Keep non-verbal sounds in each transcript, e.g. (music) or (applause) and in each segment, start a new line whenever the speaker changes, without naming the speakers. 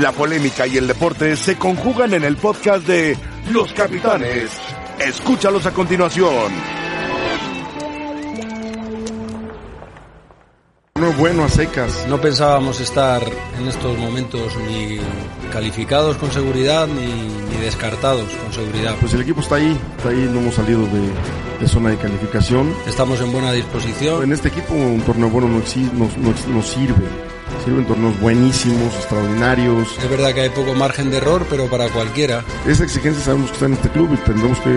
La polémica y el deporte se conjugan en el podcast de Los Capitanes. Escúchalos a continuación.
No bueno a secas.
No pensábamos estar en estos momentos ni calificados con seguridad ni, ni descartados con seguridad.
Pues el equipo está ahí, está ahí, no hemos salido de, de zona de calificación.
Estamos en buena disposición.
En este equipo un torneo bueno no, exi- no- no- no sirve. Sirven torneos buenísimos, extraordinarios.
Es verdad que hay poco margen de error, pero para cualquiera.
Esa exigencia sabemos que está en este club y tendremos que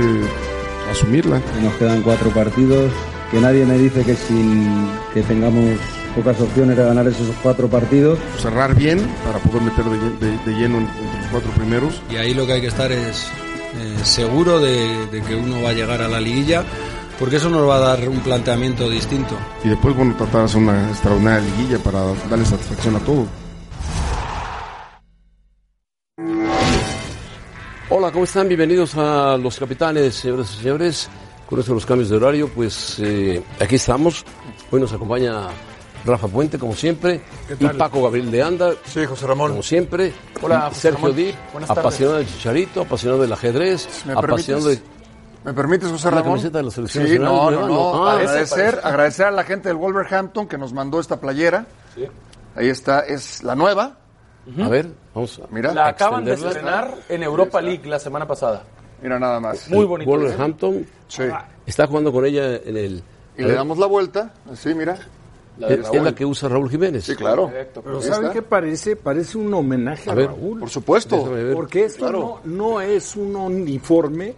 asumirla.
Nos quedan cuatro partidos. Que nadie me dice que sin que tengamos pocas opciones de ganar esos cuatro partidos.
Cerrar bien para poder meter de, lle- de- de lleno en- entre los cuatro primeros.
Y ahí lo que hay que estar es eh, seguro de, de que uno va a llegar a la liguilla, porque eso nos va a dar un planteamiento distinto.
Y después, bueno, tratar de hacer una extraordinaria liguilla para darle satisfacción a todo.
Hola, ¿cómo están? Bienvenidos a Los Capitanes, señoras y señores. Con esto de los cambios de horario, pues eh, aquí estamos. Hoy nos acompaña Rafa Puente, como siempre, y Paco Gabriel de Anda,
Sí, José Ramón.
como siempre.
Hola,
Y Sergio
Ramón.
Dip,
Buenas tardes.
apasionado del chicharito, apasionado del ajedrez,
¿Me
apasionado de...
permites? ¿Me permites, José
La
Ramón?
camiseta de la selección
Sí,
nacional,
no,
nueva,
no, no.
¿no? Ah,
agradecer,
parece, parece.
agradecer a la gente del Wolverhampton que nos mandó esta playera. Ahí está, es la nueva.
A ver, vamos a...
Mira,
La acaban de
extenderla.
estrenar en Europa League la semana pasada.
mira nada más.
Muy bonito. ¿eh?
Wolverhampton
¿eh? Sí.
está jugando con ella en el... Eh,
Y le damos la vuelta. Sí, mira.
Es es la que usa Raúl Jiménez.
Sí, claro.
Pero
Ahí
¿saben
está.
qué parece? Parece un homenaje a,
A ver,
Raúl.
Por supuesto.
Déjame ver.
Porque esto no, no es un uniforme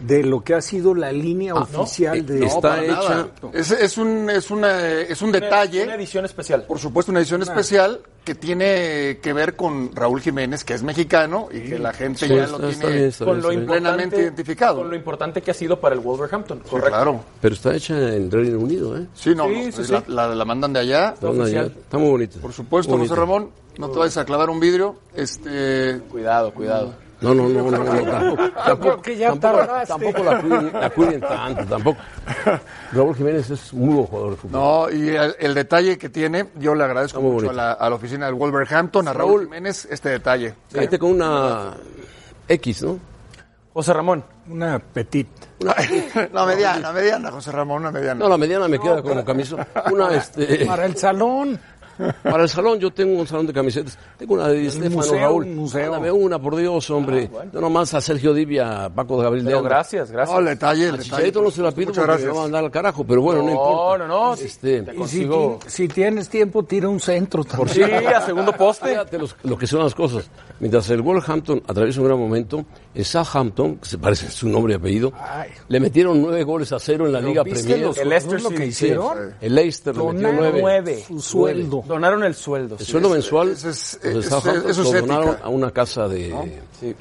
de lo que ha sido la línea
Ah,
oficial de...
Eh, está hecha...
Es, es un, es, una, eh, es un detalle.
Una edición especial.
Por supuesto, una edición especial que tiene que ver con Raúl Jiménez, que es mexicano y que la gente
Sí,
ya
está-
lo
está bien,
tiene.
está bien,
Con
está
lo
bien.
Plenamente
importante,
identificado.
Con lo importante que ha sido para el Wolverhampton.
Sí,
Correcto.
claro.
Pero está hecha en Reino Unido, ¿eh?
Sí, no,
Sí,
no,
sí,
la,
sí.
La, la mandan de allá.
Está, una-
Oficial.
está muy bonita.
Por supuesto, José Ramón, no te vayas a clavar un vidrio. Este,
Cuidado, cuidado.
No, no, no, no,
(laughs)
no, tampoco, tampoco, tampoco, tampoco la, cuiden, la cuiden tanto, tampoco. Raúl Jiménez es un muy buen jugador de fútbol.
no, y el, el detalle que tiene, yo le
Está
agradezco
muy
mucho a
bonito.
la, a la oficina del Wolverhampton, a Raúl Jiménez, este detalle.
Cállate con una X, ¿no?
José Ramón,
Una petit.
(laughs)
(laughs)
no, mediana, mediana, José Ramón, una mediana.
No, la mediana me queda como camisa.
(laughs)
Una, este,
Para el salón.
para el salón, yo tengo un salón de camisetas. Tengo una de Di Stefano,
museo,
Raúl.
un museo. Ah,
Mándame una, por Dios, hombre. No nomás a Sergio Divia, a Paco Gabriel de
pero
Anda.
gracias,
No, el
gracias.
detalle, el
A
detalle.
Chicharito no se la pido
Muchas
porque me va a
gracias.
mandar al carajo, pero bueno, no,
No,
importa.
no, no.
Este,
Te
Y si,
consigo.
ti- si tienes tiempo, tira un centro también.
(laughs)
Sí, a segundo poste.
Fíjate los- lo que son las cosas. Mientras el Wolverhampton atraviesa un gran momento, el Southampton, que se parece a su nombre y apellido,
Ay.
le metieron nueve goles a cero en la Liga
¿Viste
Premier.
los-
El Leicester
lo que
City, sí,
hicieron?
El Leicester le metió
Donaron
nueve.
nueve.
su sueldo.
Donaron el sueldo.
El
sí.
sueldo mensual
ese es-
los de
ese-
Southampton
eso es
lo
ética.
donaron a una casa de,
Sí.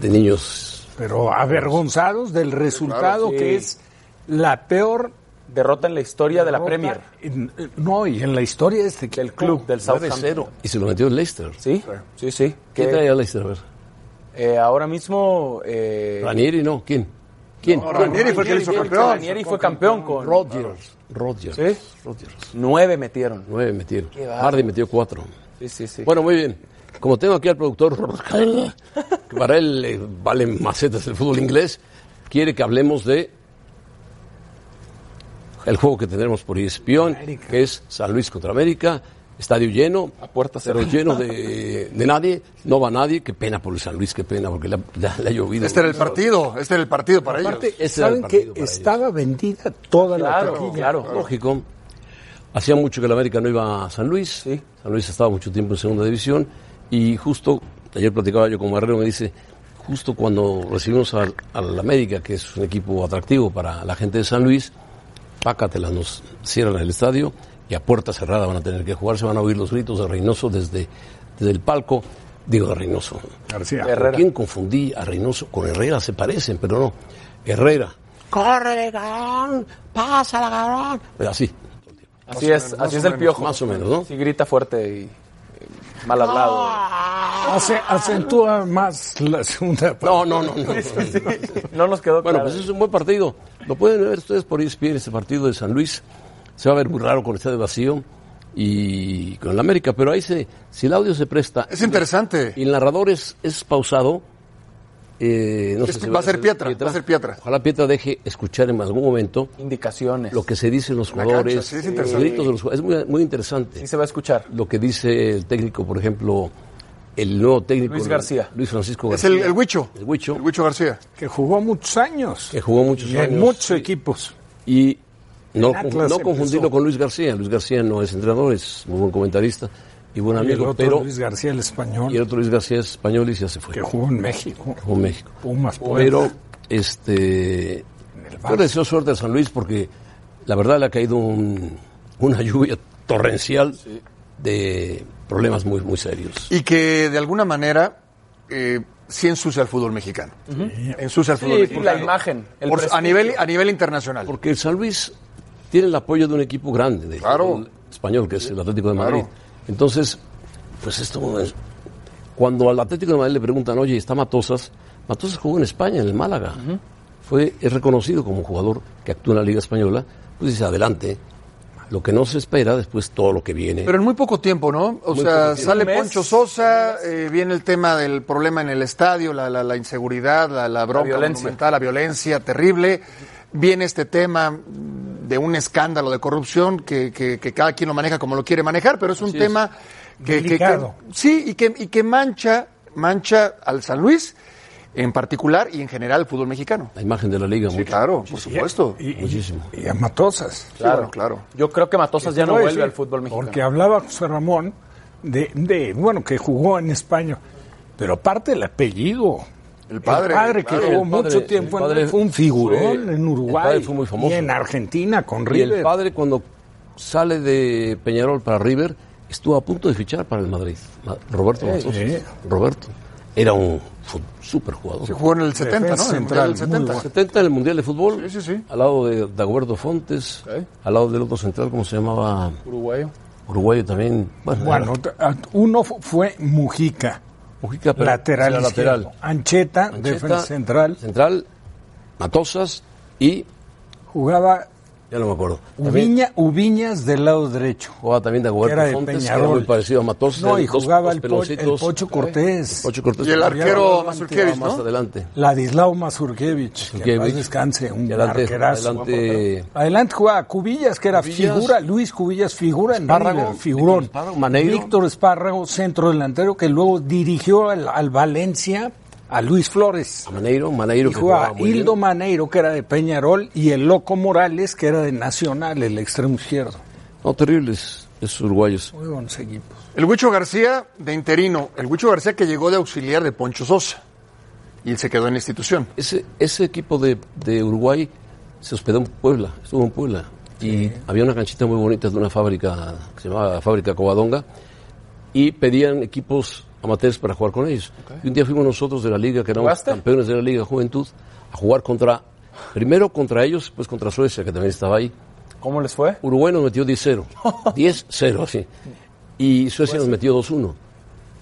de niños.
Pero avergonzados del resultado
sí.
que es la peor...
Derrota en la historia de la
derrota
Premier.
en- eh, no, y en la historia de este
Del club, del Southampton.
9-0. Y se lo metió el Leicester.
Sí, sí, sí.
¿Quién
Que,
trae al Leicester? A ver.
eh, ahora mismo. Eh,
Ranieri, no. ¿Quién? ¿Quién?
Ranieri fue el que le hizo campeón.
Ranieri fue campeón con.
Rodgers. Rodgers.
Sí.
Rodgers.
Nueve metieron.
Nueve metieron.
bárbaro.
Hardy metió cuatro.
Sí, sí, sí.
Bueno, muy bien. Como tengo aquí al productor (laughs) Roscaela, que para él le valen macetas el fútbol inglés, quiere que hablemos de el juego que tendremos por E ESPN, que es San Luis contra América, estadio lleno,
A puerta
pero
cerrada.
lleno de, de nadie, no va nadie, qué pena por el San Luis, qué pena, porque le, ha- le ha- le ha llovido.
Este era el partido, este era el partido para ellos.
Aparte,
Ese Este era el
¿saben que
partido para
Estaba vendida toda la
Claro,
taquilla.
claro.
Lógico. Hacía mucho que el América no iba a San Luis.
Sí.
San Luis estaba mucho tiempo en segunda división. Y justo, ayer platicaba yo con Marrero, me dice, justo cuando recibimos al, al América, que es un equipo atractivo para la gente de San Luis, pácatelas, nos cierran el estadio y a puerta cerrada van a tener que jugar, se van a oír los gritos de Reynoso desde, desde el palco. Digo de Reynoso.
García.
¿Con quién confundí a Reynoso? Con Herrera se parecen, pero no. Herrera. ¡Corre, cabrón! ¡Pásala, cabrón! Así,
Así es, así es el piojo.
más o menos, ¿no?
Sí, grita fuerte y eh, mal hablado.
Ace- acentúa más la segunda parte.
No, no, no. no.
(laughs) No nos quedó
Bueno,
claro.
pues es un buen partido. Lo pueden ver ustedes por ESPN, este partido de San Luis. Se va a ver muy raro con el estadio vacío. y con el América. Pero ahí se, si el audio se presta
Es interesante.
y el narrador es, es pausado, eh, no
Es-
sé si
va a ser Pietra, va a ser Pietra.
Ojalá Pietra deje escuchar en algún momento
Indicaciones.
lo que se dice en los
la
jugadores,
cancha, sí, es
los
interesante.
gritos de los jugadores. Es muy, muy interesante
Sí se va a escuchar.
lo que dice el técnico, por ejemplo, el nuevo técnico.
Luis García.
Luis Francisco
Es
García.
el, el Huicho.
El Huicho,
El Huicho García.
que jugó muchos años
que jugó muchos
y
años.
en muchos equipos.
Y no,
En Atlas
no
empezó.
confundirlo con Luis García. Luis García no es entrenador, es muy buen comentarista y buen
Y el
amigo.
otro
Pero,
Luis García, el español,
y el otro Luis García es español y ya se fue.
que jugó en México,
Jugó en México.
Pumas,
Pero,
Puebla,
este.
en el
Yo
Barça.
le deseo suerte a San Luis porque la verdad le ha caído un- una (laughs) lluvia torrencial de problemas muy, muy serios.
Y que de alguna manera eh, sí ensucia al fútbol mexicano. Ensucia al fútbol
Sí,
mexicano.
la imagen, el
Por- a,
prestigio.
nivel, a nivel internacional.
Porque el San Luis tiene el apoyo de un equipo grande, del
Claro.
fútbol español, que es el Atlético de
Claro.
Madrid. Entonces, pues esto es- Cuando al Atlético de Madrid le preguntan, oye, está Matosas, Matosas jugó en España, en el Málaga. Fue, es reconocido como jugador que actúa en la Liga Española. Pues dice, adelante. Lo que no se espera, después todo lo que viene.
Pero en muy poco tiempo, ¿no? O sea, sale
Un mes.
Poncho Sosa, eh, viene el tema del problema en el estadio, la, la- la inseguridad, la, la bronca
violencia.
monumental, la violencia terrible. Viene este tema de un escándalo de corrupción que, que- que cada quien lo maneja como lo quiere manejar, pero es un tema que, que- que-
Delicado.
sí y que, y que mancha mancha al San Luis en particular y en general el fútbol mexicano.
La imagen de la Liga,
Sí,
mucho.
claro, por supuesto.
Y, y-
Muchísimo.
y a Matosas.
Claro, claro.
Yo creo que Matosas ya no
Voy a decir,
vuelve al fútbol mexicano.
Porque hablaba José Ramón de, de, bueno, que jugó en España, pero aparte el apellido.
El padre,
que
claro.
jugó
El padre-
mucho tiempo
el
en
padre
fue un figurón
fue-
en Uruguay.
el padre fue muy famoso.
Y en Argentina con
Y
River.
el padre cuando sale de Peñarol para River estuvo a punto de fichar para el Madrid. Ma- Roberto Matosas.
eh.
Roberto. Era un super jugador.
Se jugó en el 70, ¿no?
Defensa
En el Mundial del
central, muy
70.
bueno.
70 en el Mundial de Fútbol.
Sí, sí, sí.
Al lado de Dagoberto Fontes. Al lado del otro central, como se llamaba?
Uruguayo.
Uruguayo también. Bueno,
Bueno,
era
t- a- uno fu- fue Mujica,
Mujica, pero
lateral,
era
lateral.
lateral.
Ancheta,
Ancheta,
defensa central,
Central, Matosas y.
jugaba
Ya no me acuerdo. También
Ubiña, Ubiñas del lado derecho.
jugaba también
Que era
Dagoberto
de
Fontes, que era
Peñarol.
muy parecido a Matosas.
No,
eran
y
dos-
jugaba
dos
el, po- el
peloncitos.
Pocho Cortés,
Ocho Cortés.
Y el arquero
Ah,
Mazurkiewicz,
más
¿no?
adelante.
Ladislao Mazurkiewicz, que en paz
Mazurkiewicz.
descanse, un
Y adelante-
arquerazo.
adelante-
Adelante jugaba Cubillas, que era
Cubillas.
figura, Luis Cubillas, figura en
Espárrago,
River, figurón.
Víctor Espárrago, Maneiro.
Víctor Espárrago, centro delantero, que luego dirigió al, al Valencia a Luis Flores.
A Maneiro, Maneiro
Y
que
jugaba
jugaba muy
Hildo
bien.
Maneiro, que era de Peñarol, y el Loco Morales, que era de Nacional, el extremo izquierdo.
No, terribles esos uruguayos.
Muy buenos equipos.
El Huicho García de interino. El Huicho García que llegó de auxiliar de Poncho Sosa. Y él se quedó en la institución.
Ese, ese equipo de, de Uruguay se hospedó en Puebla, estuvo en Puebla. Y había una canchita muy bonita de una fábrica que se llamaba Fábrica Covadonga y pedían equipos amateurs para jugar con ellos. Y un día fuimos nosotros de la liga, que éramos
¿Jugaste?
campeones de la liga Juventud, a jugar contra, primero contra ellos, pues contra Suecia, que también estaba ahí.
¿Cómo les fue?
Uruguay nos metió
(laughs)
10-0. 10-0, sí. Y Suecia nos metió 2-1.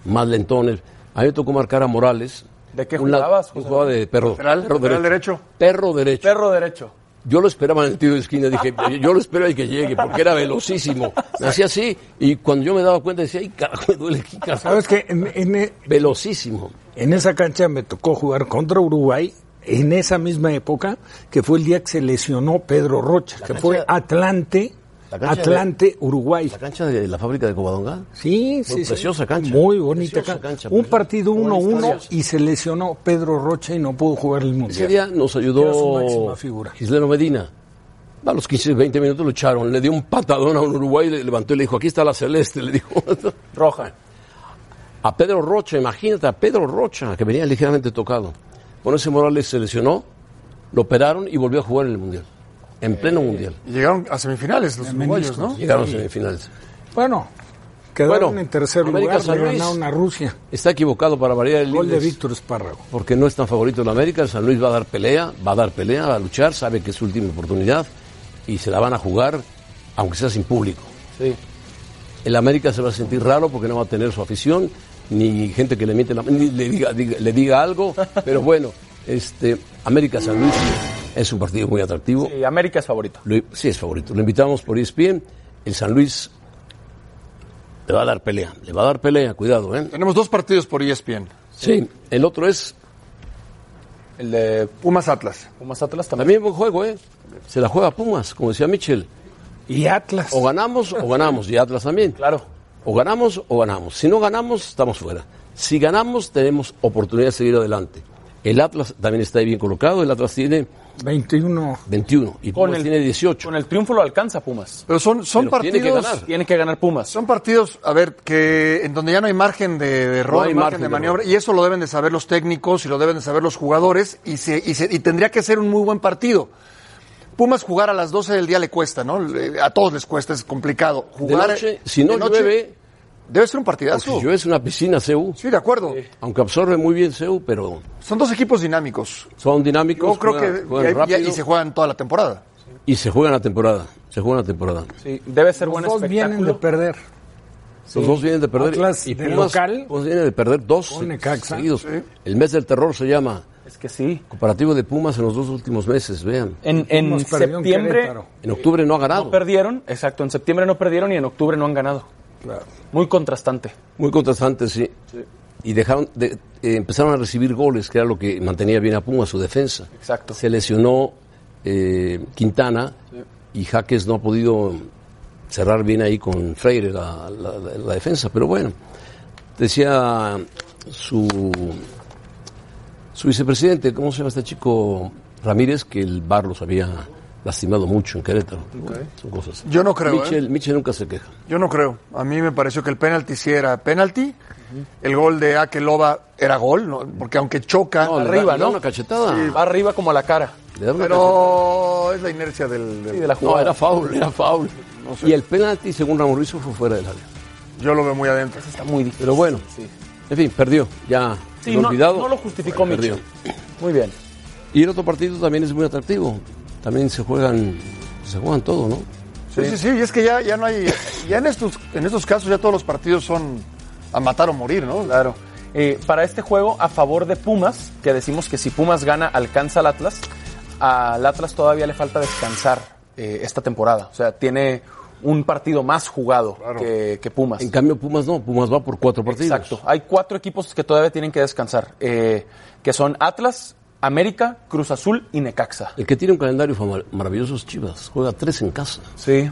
Más lentones. A mí me tocó marcar a Morales.
¿De qué
Un la-
jugabas,
un
José?
jugaba de perro.
Lateral,
perro
lateral derecho.
Perro derecho.
Perro derecho.
Yo lo esperaba en el tiro de esquina. Dije, (laughs) yo lo espero el que llegue, porque era velocísimo. Me hacía así. Y cuando yo me daba cuenta, decía, ay, carajo, me duele aquí, carajo".
Sabes que en- en-
Velocísimo.
En esa cancha me tocó jugar contra Uruguay en esa misma época, que fue el día que se lesionó Pedro Rocha, que fue Atlante,
la cancha de-
Atlante, Uruguay.
La cancha de la fábrica de Covadonga.
Sí, sí, sí.
preciosa cancha.
Muy bonita
Preciosa
cancha.
cancha,
Un
preciosa.
partido 1-1 y se lesionó Pedro Rocha y no pudo jugar el
Ese
Mundial.
día nos
Era su
ayudó
máxima figura.
Gisleno Medina. A los 15, 20 minutos lo echaron. Le dio un patadón a un uruguay, le levantó y le dijo, aquí está la celeste. Le dijo, (laughs)
Roja.
a Pedro Rocha, imagínate, a Pedro Rocha, que venía ligeramente tocado. Bueno, ese Morales se lesionó, lo operaron y volvió a jugar en el Mundial. En pleno Mundial.
Eh, Y llegaron a semifinales los uruguayos, ¿no?
Llegaron a semifinales.
Bueno, quedaron
Bueno,
en tercer
América
lugar,
San
le
Luis.
ganaron a Rusia.
Está equivocado para variar el
Gol de
líder,
Víctor Espárrago.
porque no es tan favorito en América. El San Luis va a dar pelea, va a dar pelea, va a luchar, sabe que es su última oportunidad y se la van a jugar, aunque sea sin público.
Sí.
El América se va a sentir raro porque no va a tener su afición, ni gente que le miente la- ni le diga, diga- le diga
(laughs)
algo, pero bueno, este América San Luis es un partido muy atractivo.
Sí, América es favorito.
E Lo- Sí, es favorito. Lo invitamos por ESPN. El San Luis Le va a dar pelea, le va a dar pelea, cuidado, ¿eh?
Tenemos dos partidos por E ESPN.
Sí, el otro es
El de
Pumas Atlas.
Pumas Atlas también.
también buen juego, ¿eh? Se la juega Pumas, como decía Mitchell.
Y Atlas.
O ganamos o ganamos, y Atlas también.
Claro.
O ganamos o ganamos. Si no ganamos, estamos fuera. Si ganamos, tenemos oportunidad de seguir adelante. El Atlas también está ahí bien colocado, el Atlas tiene
21.
21 y Pumas tiene 18.
Con el triunfo lo alcanza Pumas.
Pero son, son
Pero tiene
partidos.
que ganar.
Tiene que ganar Pumas.
Son partidos, a ver, que en donde ya no hay margen de, de
No
error,
hay
margen,
margen
de
de
maniobra,
error.
y eso lo deben de saber los técnicos y lo deben de saber los jugadores, y, se, y, se- y tendría que ser un muy buen partido. Pumas jugar a las 12 del día le cuesta, ¿no? Le- A todos les cuesta, es complicado.
De
Jugar
noche, si no
de noche
llueve,
debe ser un
o
partidazo.
si llueve es una piscina Eh, CEU,
Sí, de acuerdo.
aunque absorbe muy bien CEU, pero
Son dos equipos dinámicos.
son dinámicos,
Yo creo
juegan-
que
juegan
y, hay- y-
rápido
y se juegan toda la temporada.
y se juegan la temporada, se juegan la temporada.
Sí, debe ser
Los
buen
dos vienen de
espectáculo.
perder.
Los dos vienen de perder.
Atlas
y
de
Pumas,
local.
Pumas viene de perder dos
Con
se-
Necaxa.
seguidos. El mes del terror se llama.
Es que sí.
Comparativo de Pumas en los dos últimos meses, vean.
En, en
Pumas perdió en
septiembre
Querétaro.
En octubre no ha
no
ganado.
perdieron. Exacto, en septiembre no perdieron y en octubre no han ganado. Muy contrastante.
Muy contrastante, sí. Y dejaron de- eh, empezaron a recibir goles, que era lo que mantenía bien a Pumas, su defensa.
Exacto.
Se lesionó eh, Quintana y Jaques no ha podido cerrar bien ahí con Freire la, la- la- la defensa. Pero bueno, decía su, su vicepresidente, ¿cómo se llama este chico? Ramírez, que el bar los había lastimado mucho en Querétaro. Bueno, son cosas.
Yo no creo, ¿eh?
Michel, Michel nunca se queja.
Yo no creo. A mí me pareció que el penalti sí era penalti. El gol de Akeloba era gol, ¿no? porque aunque choca,
No, le da-
arriba,
le da
¿no?
una cachetada.
Va arriba como a la cara.
Le da una
pero es la inercia del. del-
Sí, de la
No,
jugada.
era foul, era foul. Y el penalti, según Ramón Ruiz, fue fuera del área.
Yo lo veo muy adentro.
Está muy difícil.
Pero bueno, en fin, perdió. Ya
Sí,
lo
no,
olvidado.
no lo justificó
perdió.
Mitchell. Muy bien.
Y el otro partido también es muy atractivo. También se juegan, se juegan todo, ¿no?
Sí, sí, sí, y es que ya, ya no hay. Ya en estos, en estos casos ya todos los partidos son a matar o morir, ¿no?
Claro. Eh, para este juego, a favor de Pumas, que decimos que si Pumas gana, alcanza al Atlas, al Atlas todavía le falta descansar eh, esta temporada. O sea, tiene un partido más jugado que, que Pumas.
En cambio, Pumas no. Pumas va por cuatro partidos.
Exacto. Hay cuatro equipos que todavía tienen que descansar, eh, que son Atlas, América, Cruz Azul y Necaxa.
El que tiene un calendario fama- maravilloso es Chivas. Juega tres en casa.
Sí.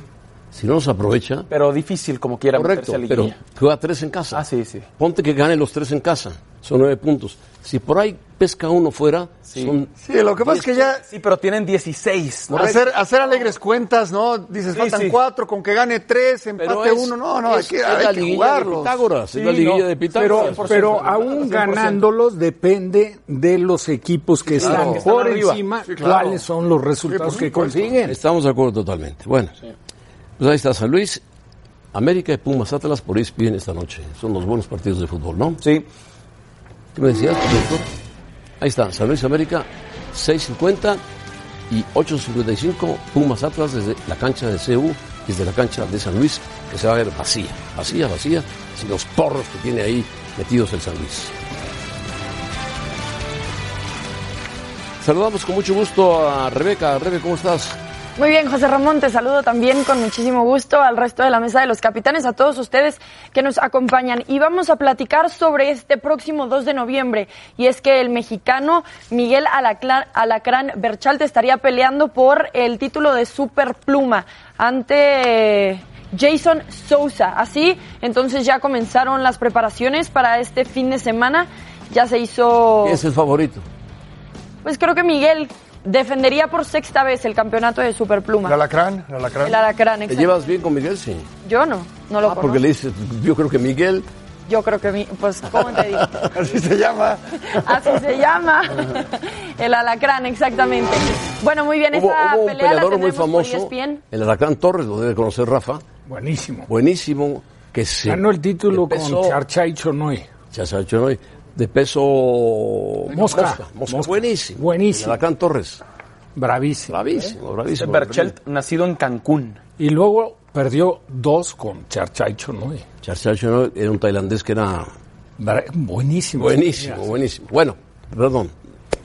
Si no los aprovecha,
Pero difícil, como quiera,
correcto,
meterse a
pero
liguilla.
juega tres en casa.
Ah, sí, sí.
Ponte que gane los tres en casa. Son nueve puntos. Si por ahí pesca uno fuera, son
Sí, lo que pasa es que ya.
Sí, pero tienen 16, ¿no?
Hacer, hacer alegres cuentas, ¿no? Dices,
Sí,
faltan
sí.
cuatro, con que gane tres, empate
es-
uno. No, no, hay
es-
que,
es
hay
la
que
liguilla de
jugarlos.
Pitágoras, es
Sí,
la liguilla
no,
de
Pero,
Pitágoras.
pero aún ganándolos depende de los equipos que
claro.
están
Que están
por
arriba.
encima,
Sí, claro.
cuáles son los resultados
Sí, por
que consiguen.
Estamos de acuerdo totalmente. Bueno, pues ahí está San Luis, América y Pumas Atlas por E ESPN esta noche. Son los buenos partidos de fútbol, ¿no?
Sí.
¿Qué me decías, productor? Ahí está, San Luis América, 6.50 y 8.55 Pumas Atlas desde la cancha de CU, desde la cancha de San Luis, que se va a ver vacía, vacía, vacía, sin los porros que tiene ahí metidos el San Luis. Saludamos con mucho gusto a Rebeca. Rebeca, ¿cómo estás?
Muy bien, José Ramón, te saludo también con muchísimo gusto al resto de la mesa de los capitanes, a todos ustedes que nos acompañan. Y vamos a platicar sobre este próximo 2 de noviembre. Y es que el mexicano Miguel Alacla- Alacrán Berchalte estaría peleando por el título de Superpluma ante eh, Jason Sousa. Así, entonces ya comenzaron las preparaciones para este fin de semana. Ya se hizo...
¿Quién es el favorito?
Pues creo que Miguel defendería por sexta vez el campeonato de Superpluma.
El alacrán, el alacrán.
El alacrán,
¿Te
exacto.
llevas bien con Miguel? Sí.
Yo no, no lo
Ah,
conozco.
porque le dices, yo creo que Miguel.
Yo creo que mi... Pues, ¿cómo te
(laughs)
digo?
Así se llama.
Así se llama. El alacrán, exactamente. Bueno, muy bien,
Hubo,
esa
hubo un
pelea la
peleador muy
tendremos por E
famoso,
ESPN.
el Alacrán Torres, lo debe conocer Rafa.
Buenísimo.
Buenísimo, que se.
Ganó el título
de peso-
con Charchay Chonoy.
Ya se ha hecho hoy. De peso.
Mosca.
Mosca. Mosca.
Mosca.
Buenísimo.
Buenísimo.
El Alacrán Torres.
Bravísimo. ¿Eh?
Bravísimo, bravísimo.
Berchelt, nacido en Cancún.
Y luego perdió dos con Charchay Chonoy.
Ya se ha hecho hoy, era un tailandés que era
Bra- Buenísimo.
buenísimo, buenísimo. Bueno, perdón.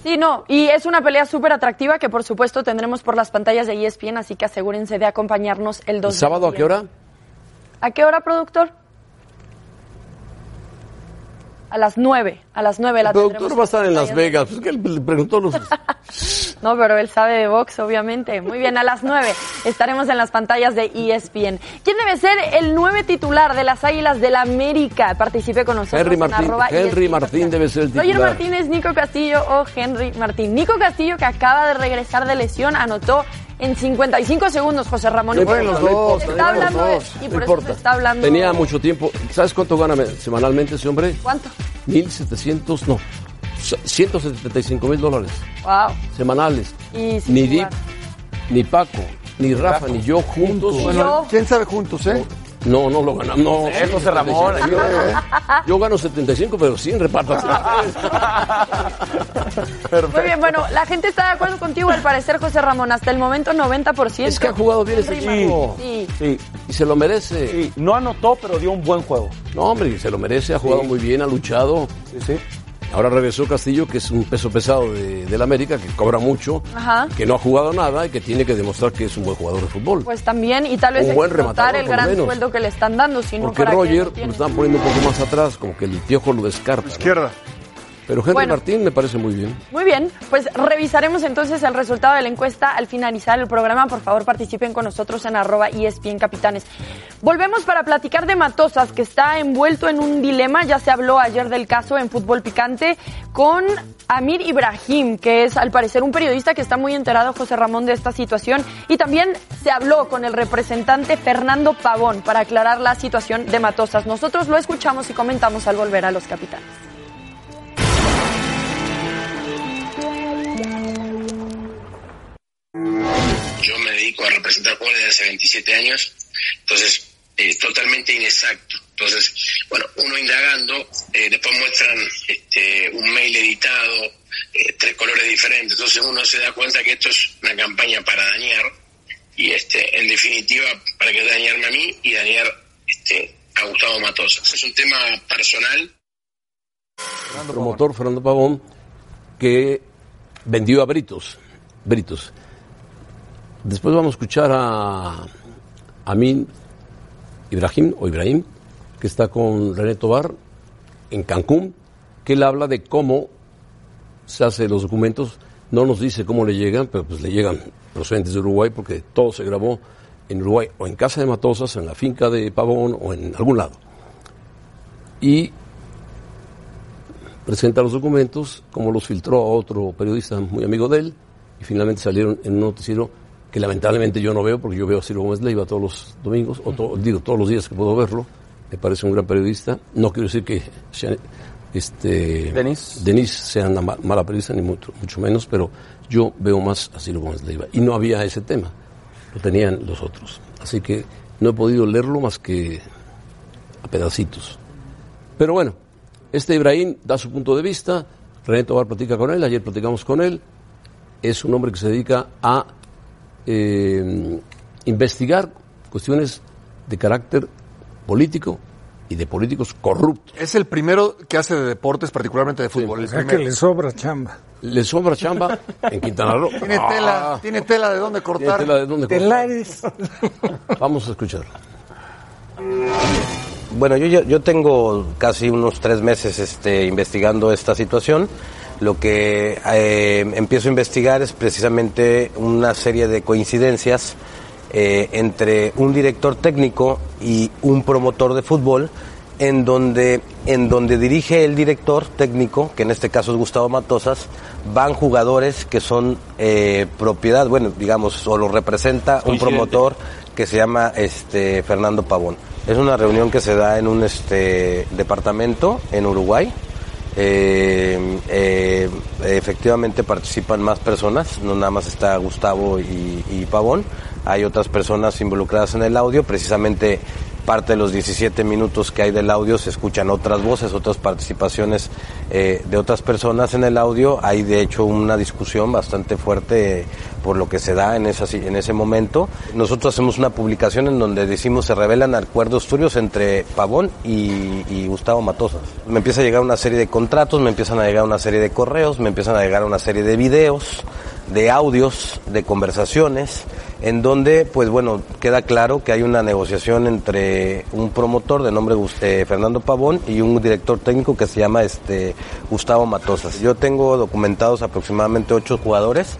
Sí, no, y es una pelea súper atractiva que por supuesto tendremos por las pantallas de E ESPN, así que asegúrense de acompañarnos el 2
¿El
de
sábado a qué
noviembre.
hora?
¿A qué hora, productor? A las 9, a las 9 la
El
tendremos.
productor va a estar en Las Vegas. Pues que él le preguntó los.
No, pero él sabe de box, obviamente. Muy bien, a las 9 estaremos en las pantallas de E ESPN. ¿Quién debe ser el 9 titular de las Águilas del América? Participe con nosotros.
Henry
en
Martín.
arroba E
Henry
ESPN.
Martín debe ser el
Roger
titular.
Martínez, Nico Castillo o Henry Martín. Nico Castillo, que acaba de regresar de lesión, anotó en 55 segundos José Ramón.
No
Y por
importa,
eso
no importa,
se
no
está
importa.
hablando de- y
No
por eso se
importa.
está hablando.
Tenía mucho tiempo. ¿Sabes cuánto gana me- semanalmente ese hombre?
¿Cuánto?
1.700, no. 175 mil dólares
Wow.
semanales.
Y sin
Ni Dip,
jugar.
ni Paco, ni Rafa, ni yo juntos.
Bueno, quién sabe juntos, ¿eh?
No, no lo ganamos. No,
Eh, José Ramón,
75. Yo, yo gano 75, pero sin reparto.
(laughs) Muy bien, bueno, la gente está de acuerdo contigo, al parecer, José Ramón. Hasta el momento, 90%.
Es que ha jugado bien este
Henry
equipo.
Martín. Sí.
Sí,
Y se lo merece.
sí. No anotó, pero dio un buen juego.
No, hombre, se lo merece. Ha jugado muy bien, ha luchado.
Sí, sí.
Ahora regresó Castillo, que es un peso pesado de, del América, que cobra mucho,
Ajá.
que no ha jugado nada y que tiene que demostrar que es un buen jugador de fútbol.
Pues también, y tal vez
Un buen
explotar
rematador,
el
por lo
gran
menos.
sueldo que le están dando, sino
Porque
para qué
Roger
lo
lo
tienen?
están poniendo un poco más atrás, como que el piojo lo descarta. ¿no?
Izquierda.
Pero Henry
Bueno.
Martín me parece muy bien.
Muy bien, pues revisaremos entonces el resultado de la encuesta al finalizar el programa. Por favor, participen con nosotros en arroba E ESPN Capitanes. Volvemos para platicar de Matosas, que está envuelto en un dilema. Ya se habló ayer del caso en Fútbol Picante con Amir Ibrahim, que es al parecer un periodista que está muy enterado, José Ramón, de esta situación. Y también se habló con el representante Fernando Pavón para aclarar la situación de Matosas. Nosotros lo escuchamos y comentamos al volver a los capitanes.
Yo me dedico a representar jugadores desde hace 27 años, entonces eh, totalmente inexacto. Entonces, bueno, uno indagando, eh, después muestran este, un mail editado, eh, tres colores diferentes, entonces uno se da cuenta que esto es una campaña para dañar y este, en definitiva para que dañarme a mí y dañar este, a Gustavo Matosas. Es un tema personal.
promotor Fernando Pavón que vendió a Britos. Britos. Después vamos a escuchar a Amin Ibrahim o Ibrahim, que está con René Tobar en Cancún, que él habla de cómo se hace los documentos. No nos dice cómo le llegan, pero pues le llegan procedentes de Uruguay porque todo se grabó en Uruguay o en casa de Matosas, en la finca de Pavón o en algún lado. Y presenta los documentos, como los filtró a otro periodista muy amigo de él, y finalmente salieron en un noticiero que lamentablemente yo no veo, porque yo veo a Ciro Gómez Leiva todos los domingos, o to- digo, todos los días que puedo verlo, me parece un gran periodista. No quiero decir que sea- este,
Denis.
sea una ma- mala periodista, ni mucho, mucho menos, pero yo veo más a Ciro Gómez Leiva. Y no había ese tema, lo tenían los otros. Así que no he podido leerlo más que a pedacitos. Pero bueno, este Ibrahim da su punto de vista, René Tobar platica con él, ayer platicamos con él, es un hombre que se dedica a eh, investigar cuestiones de carácter político y de políticos corruptos.
Es el primero que hace de deportes, particularmente de fútbol. el
O sea pues, que
primero.
le sobra chamba.
Le sobra chamba (laughs) en Quintana Roo. Ah.
Tiene tela, tiene tela de dónde
Tiene
cortar.
tela de dónde cortar.
Telares.
Vamos a escucharlo.
Bueno, yo, ya- yo tengo casi unos tres meses este, investigando esta situación. Lo que eh, empiezo a investigar es precisamente una serie de coincidencias eh, entre un director técnico y un promotor de fútbol, en donde, en donde dirige el director técnico, que en este caso es Gustavo Matosas, van jugadores que son eh, propiedad, bueno, digamos, o lo representa un promotor que se llama este Fernando Pavón. Es una reunión que se da en un este departamento en Uruguay. Eh, eh, efectivamente participan más personas, no nada más está Gustavo y, y Pavón, hay otras personas involucradas en el audio, precisamente parte de los 17 minutos que hay del audio se escuchan otras voces, otras participaciones eh, de otras personas en el audio, hay de hecho una discusión bastante fuerte eh, por lo que se da en, esa, si- en ese momento. Nosotros hacemos una publicación en donde decimos se revelan acuerdos turbios entre Pavón y, y Gustavo Matosas. Me empieza a llegar una serie de contratos, me empiezan a llegar una serie de correos, me empiezan a llegar una serie de videos, de audios, de conversaciones en donde, pues bueno, queda claro que hay una negociación entre un promotor de nombre Gus- eh, Fernando Pavón y un director técnico que se llama este Gustavo Matosas. Yo tengo documentados aproximadamente ocho jugadores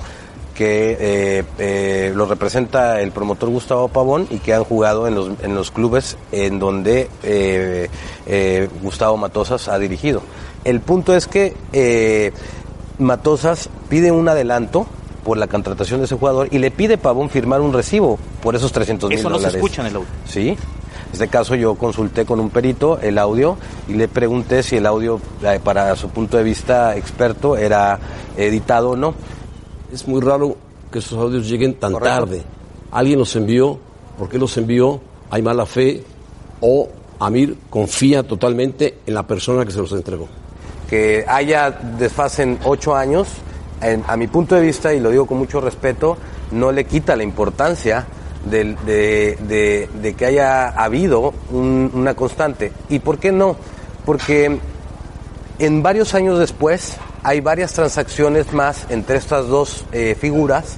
que eh, eh, los representa el promotor Gustavo Pavón y que han jugado en los, en los clubes en donde eh, eh, Gustavo Matosas ha dirigido. El punto es que eh, Matosas pide un adelanto por la contratación de ese jugador y le pide a Pavón firmar un recibo por esos 300 mil
Eso no
dólares.
se escucha en el audio.
Sí. En este caso yo consulté con un perito el audio y le pregunté si el audio eh, para su punto de vista experto era editado o no.
Es muy raro que esos audios lleguen tan
Correcto.
tarde. Alguien los envió, ¿por qué los envió? Hay mala fe o Amir confía totalmente en la persona que se los entregó.
que haya desfase en ocho años, en- a mi punto de vista, y lo digo con mucho respeto, no le quita la importancia del- de, de- de que haya habido un- una constante. ¿Y por qué no? Porque en varios años después hay varias transacciones más entre estas dos eh, figuras,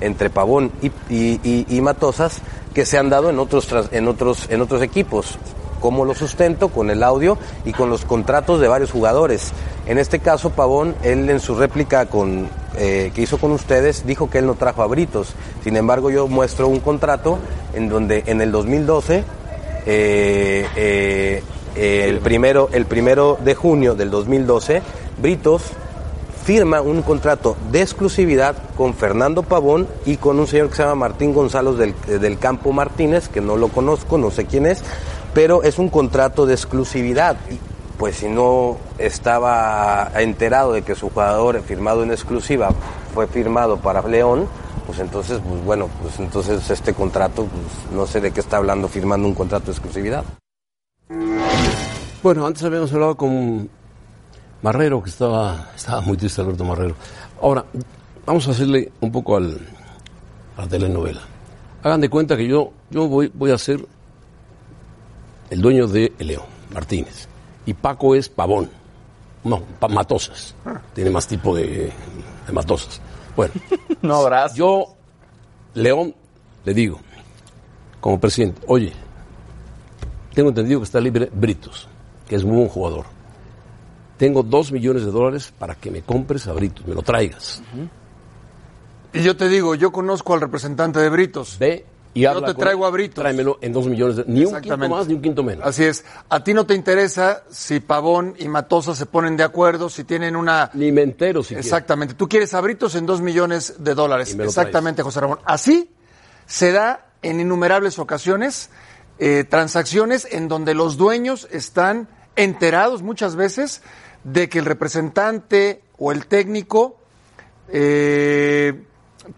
entre Pavón y, y- y- y Matosas, que se han dado en otros, trans- en otros, en otros equipos. ¿Cómo lo sustento? Con el audio y con los contratos de varios jugadores. En este caso, Pavón, él en su réplica con, eh, que hizo con ustedes, dijo que él no trajo a Britos. Sin embargo, yo muestro un contrato en donde en el 2012 eh, eh, eh, el primero el primero de junio del 2012 Britos firma un contrato de exclusividad con Fernando Pavón y con un señor que se llama Martín González del, eh, del Campo Martínez, que no lo conozco, no sé quién es, pero es un contrato de exclusividad. Y, Pues si no estaba enterado de que su jugador firmado en exclusiva fue firmado para León, pues entonces, pues bueno, pues entonces este contrato, pues no sé de qué está hablando firmando un contrato de exclusividad.
Bueno, antes habíamos hablado con Marrero, que estaba, estaba muy triste Alberto Marrero. Ahora, vamos a hacerle un poco al, a la telenovela. Hagan de cuenta que yo, yo voy, voy a ser el dueño de León, Martínez. Y Paco es Pavón. No, Pa- Matosas. Tiene más tipo de, de Matosas. Bueno.
No habrás.
Yo, León, le digo, como presidente, oye, tengo entendido que está libre Britos, que es muy buen jugador. Tengo dos millones de dólares para que me compres a Britos, me lo traigas.
Y yo te digo, yo conozco al representante de Britos.
Y
yo
habla
te
con
traigo
él,
a Britos.
Tráemelo en dos millones de Ni un quinto
Exactamente.
más, ni un quinto menos.
Así es. A ti no te interesa si Pavón y Matosa se ponen de acuerdo, si tienen una...
Ni me entero si
Exactamente. Tú quieres a Britos en dos millones de dólares.
me lo
Exactamente, José Ramón. Así se da en innumerables ocasiones eh, transacciones en donde los dueños están enterados muchas veces de que el representante o el técnico eh,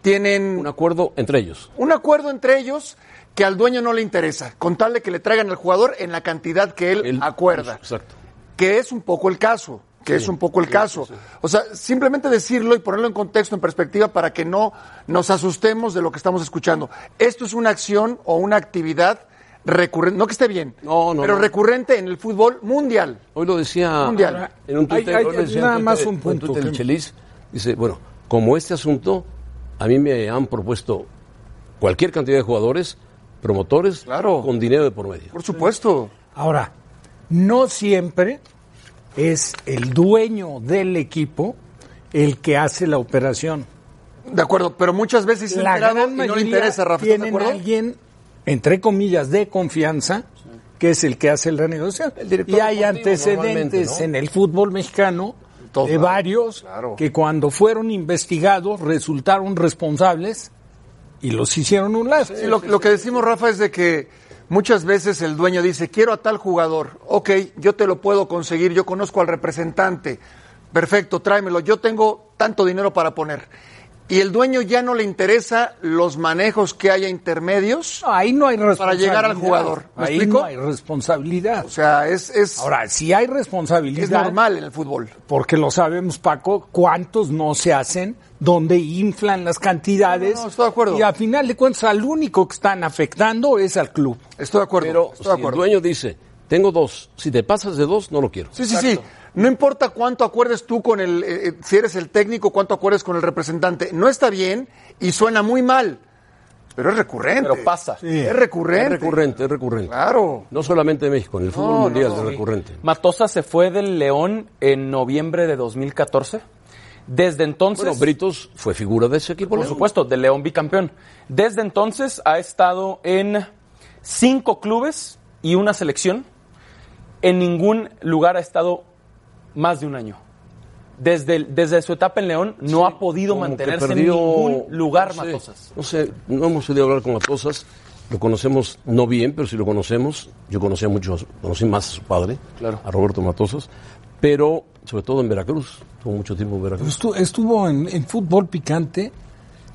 tienen... Un
acuerdo entre ellos.
Un acuerdo entre ellos que al dueño no le interesa, con tal de que le traigan al jugador en la cantidad que él acuerda.
pues, Exacto.
Que es un poco el caso, que
Sí,
es un poco el caso. O sea, simplemente decirlo y ponerlo en contexto, en perspectiva, para que no nos asustemos de lo que estamos escuchando. Esto es una acción o una actividad recurrente, no que esté bien,
no,
pero
no.
recurrente en el fútbol mundial.
Hoy lo decía
Mundial.
en un Twitter,
Hay- hay
hoy lo decía en
nada
Twitter-
más Ah, un
en
punto
Twitter el
que-
Chelis dice, bueno, como este asunto, a mí me han propuesto cualquier cantidad de jugadores, promotores, con dinero de por medio.
Por supuesto.
Ahora, no siempre es el dueño del equipo el que hace la operación.
De acuerdo, pero muchas veces se
La
enteraron
gran
y no le
mayoría
interesa, Rafa. ¿estás de
tienen
acuerdo?
alguien, entre comillas, de confianza, que es el que hace la negociación. Y hay antecedentes
¿no?
en el fútbol mexicano de varios que cuando fueron investigados resultaron responsables y los hicieron un lado.
Sí, lo, lo que decimos, Rafa, es de que muchas veces el dueño dice, quiero a tal jugador, ok, yo te lo puedo conseguir, yo conozco al representante, perfecto, tráemelo, yo tengo tanto dinero para poner. Y el dueño ya no le interesa los manejos que haya intermedios
ahí no hay
para llegar al
responsabilidad.
jugador. ¿Me
Ahí
explico?
no hay responsabilidad. O
sea, es,
Ahora, si hay responsabilidad.
Es normal en el fútbol.
Porque lo sabemos, Paco, cuántos no se hacen, donde inflan las cantidades.
No, no, no, estoy de acuerdo.
Y a final de cuentas, al único que están afectando es al club.
Estoy de acuerdo.
Pero si el dueño dice, tengo dos, si te pasas de dos, no lo quiero.
Sí, sí, sí. No importa cuánto acuerdes tú con el, eh, eh, si eres el técnico, cuánto acuerdes con el representante. No está bien y suena muy mal. Pero es recurrente.
Pero pasa.
Es recurrente.
Es recurrente, es recurrente.
Claro.
No solamente en México, en el fútbol
No,
mundial
no,
es
no, sí.
recurrente.
Matosa se fue del León en noviembre de 2014. Desde entonces.
Bueno, Britos fue figura de ese equipo.
Por
León.
supuesto, del León bicampeón. Desde entonces ha estado en cinco clubes y una selección. En ningún lugar ha estado más de un año. Desde, el- desde su etapa en León no ha podido
como que
mantenerse
perdió,
en ningún lugar
no sé,
Matosas.
No sé, no hemos podido hablar con Matosas. Lo conocemos no bien, pero si lo conocemos, yo conocía mucho, a su- conocí más a su padre, a Roberto Matosas, pero sobre todo en Veracruz, tuvo mucho tiempo en Veracruz.
Estu- estuvo en, en fútbol picante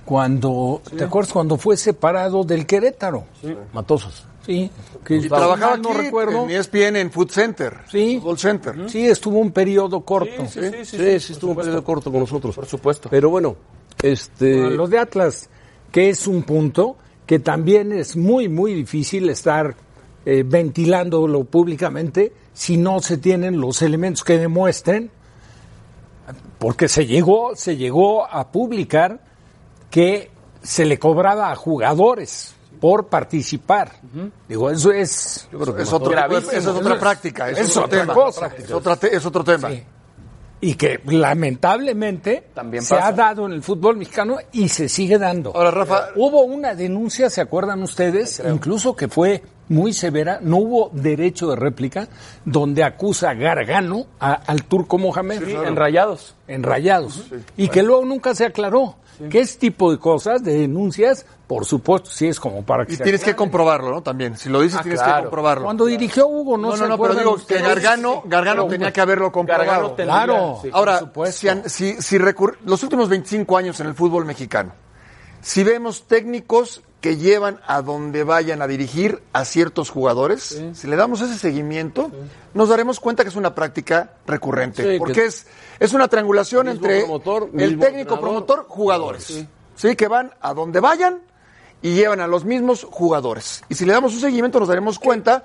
cuando, ¿te acuerdas? Cuando fue separado del Querétaro.
Matosas.
Sí. Que
Y trabajaba
mal no
aquí
recuerdo.
en E ESPN, en Food Center.
Sí.
Football Center.
Sí, estuvo un periodo corto.
Sí, sí, estuvo un periodo corto con nosotros. Por supuesto. Pero bueno, este...
Bueno, lo de Atlas, que es un punto que también es muy, muy difícil estar eh, ventilándolo públicamente si no se tienen los elementos que demuestren, porque se llegó, se llegó a publicar que se le cobraba a jugadores por participar. Digo, eso es,
que Es otro- Gravísimo. esa es otra práctica, es
Es,
otro
otra
tema.
cosa.
Es otra te- es otro tema.
Y que lamentablemente
También
se
pasa.
ha dado en el fútbol mexicano y se sigue dando. Eh,
Ahora, Rafa-
Hubo una denuncia, ¿se acuerdan ustedes? Incluso que fue muy severa, no hubo derecho de réplica, donde acusa Gargano a- al turco Mohamed.
En Rayados.
Enrayados. Y que luego nunca se aclaró. Que ese tipo de cosas, de denuncias, por supuesto, sí es como para que
Y
se
tienes que
aclare.
comprobarlo, ¿no? También. Si lo dices,
Ah,
tienes que
claro.
comprobarlo.
Cuando dirigió Hugo, no,
No,
se
no, no, pero
acuerdan
digo que
ustedes.
Gargano, Gargano
Pero
tenía
Hugo-
que haberlo comprobado.
Gargano tendría-
Claro. sí, por
Ahora, si, han- si, si recur- los últimos 25 años en el fútbol mexicano, si vemos técnicos que llevan a donde vayan a dirigir a ciertos jugadores, si le damos ese seguimiento, nos daremos cuenta que es una práctica recurrente.
Sí,
porque
que-
es, es una triangulación
Mismo
entre
promotor,
el
mismo
técnico,
entrenador.
promotor, jugadores. Sí. que van a donde vayan y llevan a los mismos jugadores. Y si le damos un seguimiento, nos daremos cuenta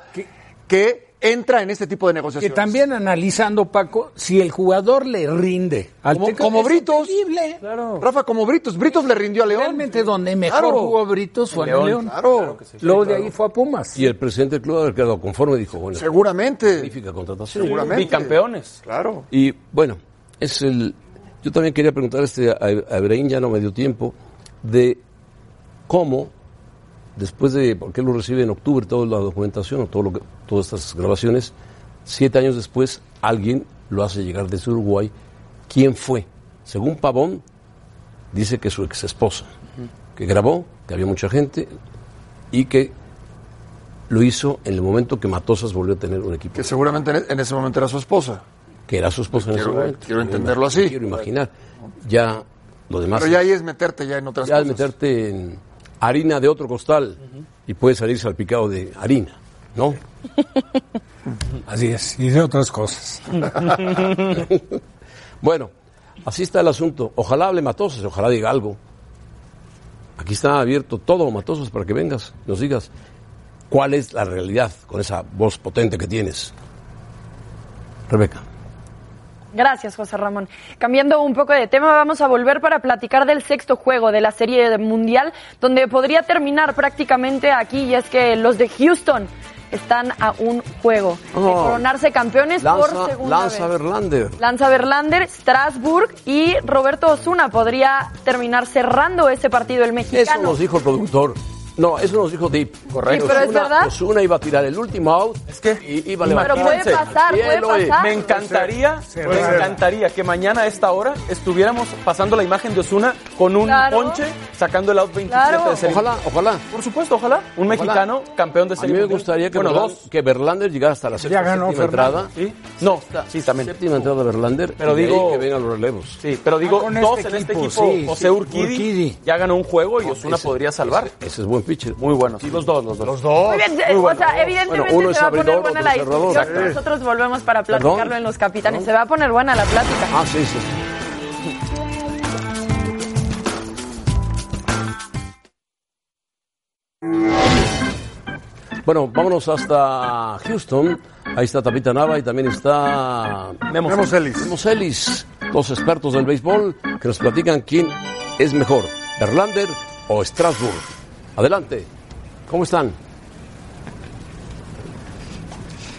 que entra en este tipo de
Que
negociaciones.
también analizando, Paco, si el jugador le rinde al
Como,
técnico,
como
es
Britos.
terrible.
Rafa, como Britos. Britos le rindió a León.
Realmente donde mejor
Claro.
jugó Britos fue en
León,
el León.
Claro.
Luego de ahí fue a Pumas.
Y el presidente del club haber quedado conforme dijo, bueno,
Seguramente.
magnífica contratación.
Seguramente.
Bicampeones.
Claro.
Y bueno, es el. Yo también quería preguntar este a, a Ibrahim, ya no me dio tiempo, de cómo, después de. porque él lo recibe en octubre toda la documentación, todo lo que, todas estas grabaciones, siete años después, alguien lo hace llegar desde Uruguay. ¿Quién fue? Según Pavón, dice que su ex esposa, que grabó, que había mucha gente y que lo hizo en el momento que Matosas volvió a tener un equipo
Que seguramente en- en ese momento era su esposa.
que era su esposa en
Quiero-
ese momento.
quiero entenderlo así.
Quiero imaginar. Ya lo demás.
Pero ya ahí es meterte ya en otras
ya al
cosas.
meterte en harina de otro costal y puedes salir salpicado de harina,
(laughs)
¿no?
Así es, y de otras cosas.
Bueno, así está el asunto. Ojalá hable Matosas, ojalá diga algo. Aquí está abierto todo, Matosas, para que vengas, nos digas cuál es la realidad con esa voz potente que tienes. Rebeca.
Gracias, José Ramón. Cambiando un poco de tema, vamos a volver para platicar del sexto juego de la Serie Mundial, donde podría terminar prácticamente aquí, y es que los de Houston están a un juego de
Oh.
coronarse campeones por
Lanza,
segunda
Lanza
vez.
Verlander.
Lanza Berlander, Strasbourg y Roberto Osuna podría terminar cerrando ese partido el
Eso
mexicano.
nos dijo el productor. No, eso nos dijo Deep.
Correcto. Sí, pero es
Ozuna-
verdad.
Ozuna iba a tirar el último out. Es que iba a levantar. eh.
Pero puede pasar,
Bien,
puede
Lore.
pasar.
Me encantaría, me encantaría que mañana a esta hora estuviéramos pasando la imagen de Osuna con un
Claro.
ponche sacando el out 27
Claro.
de serie.
Ojalá, ojalá.
Por supuesto, ojalá. Un mexicano campeón de
A
serie.
mí me
mundial.
gustaría que,
bueno,
Verlan-
dos.
que Verlander llegara hasta la sexta,
Ya ganó
séptima
Fernando.
entrada.
¿Sí? No, sí, también.
Séptima entrada de Verlander.
Pero
y de ahí
digo-
que vengan los relevos.
Sí, pero digo,
Ah, con
dos
este
en este
equipo,
equipo.
sí,
José
sí.
Urquidi,
Urquidi.
ya ganó un juego y Osuna podría salvar.
Ese es buen pitcher.
Muy bueno. Los dos, los dos.
Muy bien, eh, o sea, evidentemente
Bueno, uno
se
es
va a poner
abridor,
buena
otro
la
es cerrador.
discusión.
Exacto.
Nosotros volvemos para platicarlo
Perdón.
en los capitanes. Se va a poner buena la plática.
Ah, sí, sí. Bueno, vámonos hasta Houston. Ahí está Tapita Nava y también está
Memo
Memo Celis.
Memo Celis, dos expertos del béisbol que nos platican quién es mejor, Berlander o Strasbourg. Adelante. ¿Cómo están?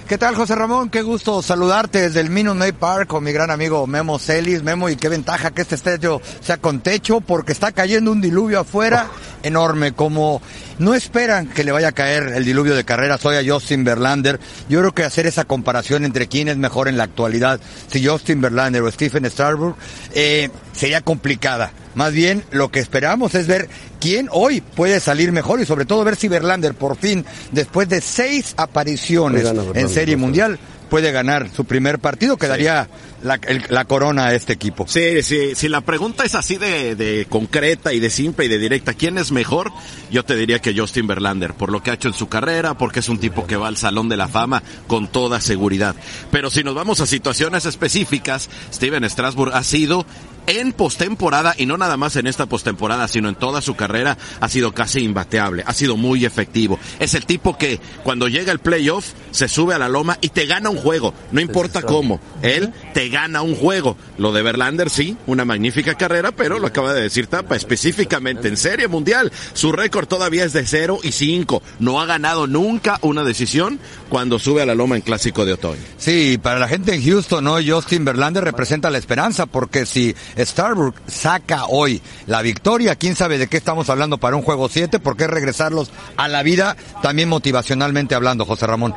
¿Qué tal, José Ramón? Qué gusto saludarte desde el Minute Park con mi gran amigo Memo Celis. Memo, y qué ventaja que este estadio sea con techo porque está cayendo un diluvio afuera enorme. Como no esperan que le vaya a caer el diluvio de carreras hoy a Justin Verlander, yo creo que hacer esa comparación entre quién es mejor en la actualidad, si Justin Verlander o Stephen Starbuck, eh, sería complicada. Más bien, lo que esperamos es ver quién hoy puede salir mejor y sobre todo ver si Verlander por fin, después de seis apariciones
Hoy gana Verlander,
en Serie Mundial, puede ganar su primer partido que daría la, el- la corona a este equipo.
Sí, sí, si la pregunta es así de, de concreta y de simple y de directa, ¿quién es mejor? Yo te diría que Justin Verlander, por lo que ha hecho en su carrera, porque es un tipo que va al Salón de la Fama con toda seguridad. Pero si nos vamos a situaciones específicas, Steven Strasburg ha sido en postemporada y no nada más en esta postemporada, sino en toda su carrera, ha sido casi imbateable, ha sido muy efectivo. Es el tipo que cuando llega el playoff se sube a la loma y te gana un juego, no importa cómo, él te gana un juego. Lo de Verlander sí, una magnífica carrera, pero lo acaba de decir Tapa, específicamente en Serie Mundial, su récord todavía es de 0 y 5, no ha ganado nunca una decisión cuando sube a la loma en Clásico de Otoño.
Sí, para la gente en Houston, ¿no? Justin Verlander representa la esperanza, porque si Starbuck saca hoy la victoria, quién sabe de qué estamos hablando para un juego 7, porque es regresarlos a la vida, también motivacionalmente hablando, José Ramón.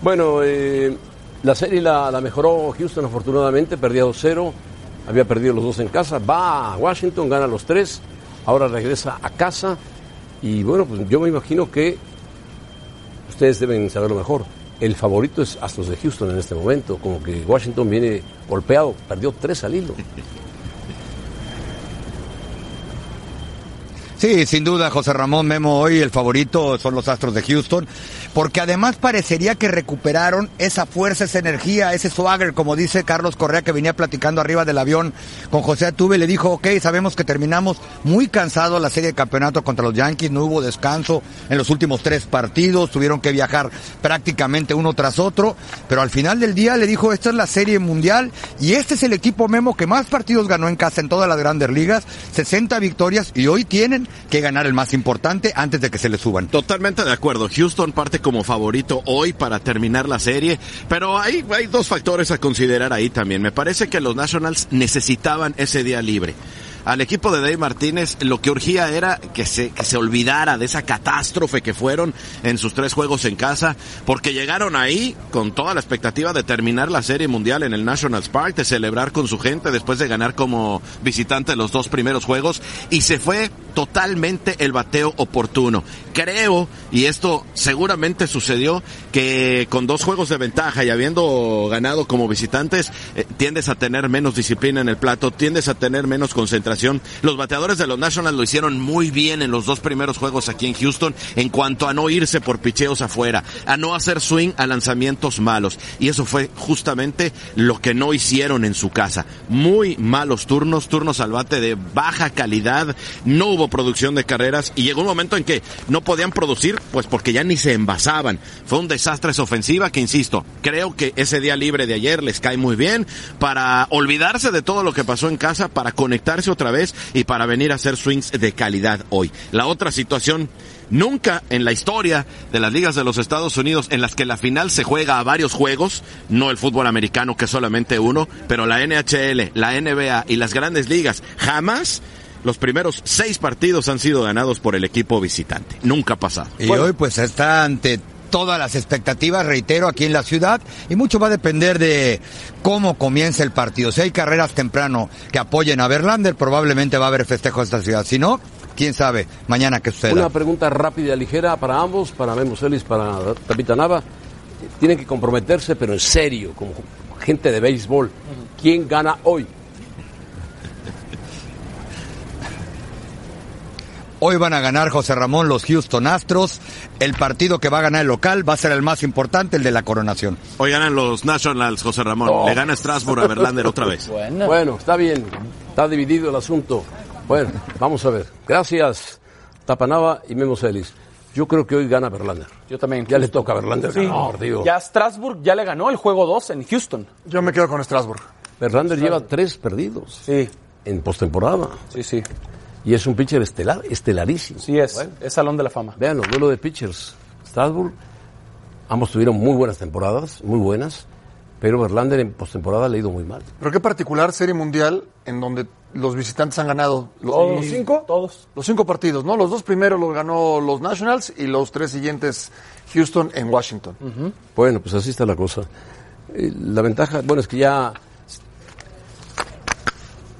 Bueno, eh, la serie la, la mejoró Houston afortunadamente, perdía 2-0, había perdido los dos en casa, va a Washington, gana los tres, ahora regresa a casa y bueno, pues yo me imagino que ustedes deben saberlo mejor. El favorito es Astros de Houston en este momento, como que Washington viene golpeado, perdió tres al hilo.
Sí, sin duda, José Ramón Memo, hoy el favorito son los Astros de Houston, porque además parecería que recuperaron esa fuerza, esa energía, ese swagger, como dice Carlos Correa, que venía platicando arriba del avión con José Atuve, le dijo, ok, sabemos que terminamos muy cansados la serie de campeonato contra los Yankees, no hubo descanso en los últimos tres partidos, tuvieron que viajar prácticamente uno tras otro, pero al final del día le dijo, esta es la serie mundial y este es el equipo Memo que más partidos ganó en casa en todas las grandes ligas, 60 victorias y hoy tienen que ganar el más importante antes de que se le suban.
Totalmente de acuerdo. Houston parte como favorito hoy para terminar la serie, pero hay, hay dos factores a considerar ahí también. Me parece que los Nationals necesitaban ese día libre. Al equipo de Dave Martínez lo que urgía era que se, que se olvidara de esa catástrofe que fueron en sus tres juegos en casa, porque llegaron ahí con toda la expectativa de terminar la Serie Mundial en el Nationals Park, de celebrar con su gente después de ganar como visitante los dos primeros juegos, y se fue totalmente el bateo oportuno. Creo, y esto seguramente sucedió, que con dos juegos de ventaja y habiendo ganado como visitantes, eh, tiendes a tener menos disciplina en el plato, tiendes a tener menos concentración. Los bateadores de los Nationals lo hicieron muy bien en los dos primeros juegos aquí en Houston en cuanto a no irse por picheos afuera, a no hacer swing a lanzamientos malos. Y eso fue justamente lo que no hicieron en su casa. Muy malos turnos, turnos al bate de baja calidad, no hubo producción de carreras y llegó un momento en que no podían producir, pues porque ya ni se envasaban. Fue un desastre esa ofensiva que, insisto, creo que ese día libre de ayer les cae muy bien para olvidarse de todo lo que pasó en casa, para conectarse otra vez y para venir a hacer swings de calidad hoy. La otra situación Nunca en la historia de las ligas de los Estados Unidos en las que la final se juega a varios juegos, no el fútbol americano que es solamente uno, pero la NHL, la NBA y las grandes ligas, jamás los primeros seis partidos han sido ganados por el equipo visitante. Nunca ha pasado.
Y hoy pues está ante todas las expectativas, reitero, aquí en la ciudad y mucho va a depender de cómo comience el partido. Si hay carreras temprano que apoyen a Verlander, probablemente va a haber festejo en esta ciudad. Si no, quién sabe mañana qué suceda.
Una pregunta rápida, ligera para ambos, para Memo Celis, para Tapita Nava. Tienen que comprometerse, pero en serio, como gente de béisbol. ¿Quién gana hoy?
Hoy van a ganar José Ramón los Houston Astros. El partido que va a ganar el local va a ser el más importante, el de la coronación.
Hoy ganan los Nationals, José Ramón. Le gana Strasbourg a Verlander otra vez.
Bueno. está bien, está dividido el asunto. Bueno, vamos a ver. Gracias, Tapanava y Memo Celis. Yo creo que hoy gana Verlander.
Yo también.
Ya le toca a Verlander
Sí.
ganar, digo.
Ya Strasbourg ya le ganó el juego 2 en Houston.
Yo me quedo con Strasbourg.
Verlander lleva tres perdidos.
Sí.
En postemporada.
Sí, sí.
Y es un pitcher estelar, estelarísimo.
Sí es, es Salón de la Fama.
Vean, los duelo de pitchers. Strasbourg, ambos tuvieron muy buenas temporadas, muy buenas, pero Verlander en postemporada le ha ido muy mal.
Pero qué particular serie mundial en donde los visitantes han ganado los,
Todos.
los cinco.
Todos.
Los cinco partidos, ¿no? Los dos primeros los ganó los Nationals y los tres siguientes Houston en Washington.
¿Mm?
Bueno, pues así está la cosa. Eh, La ventaja, bueno, es que ya,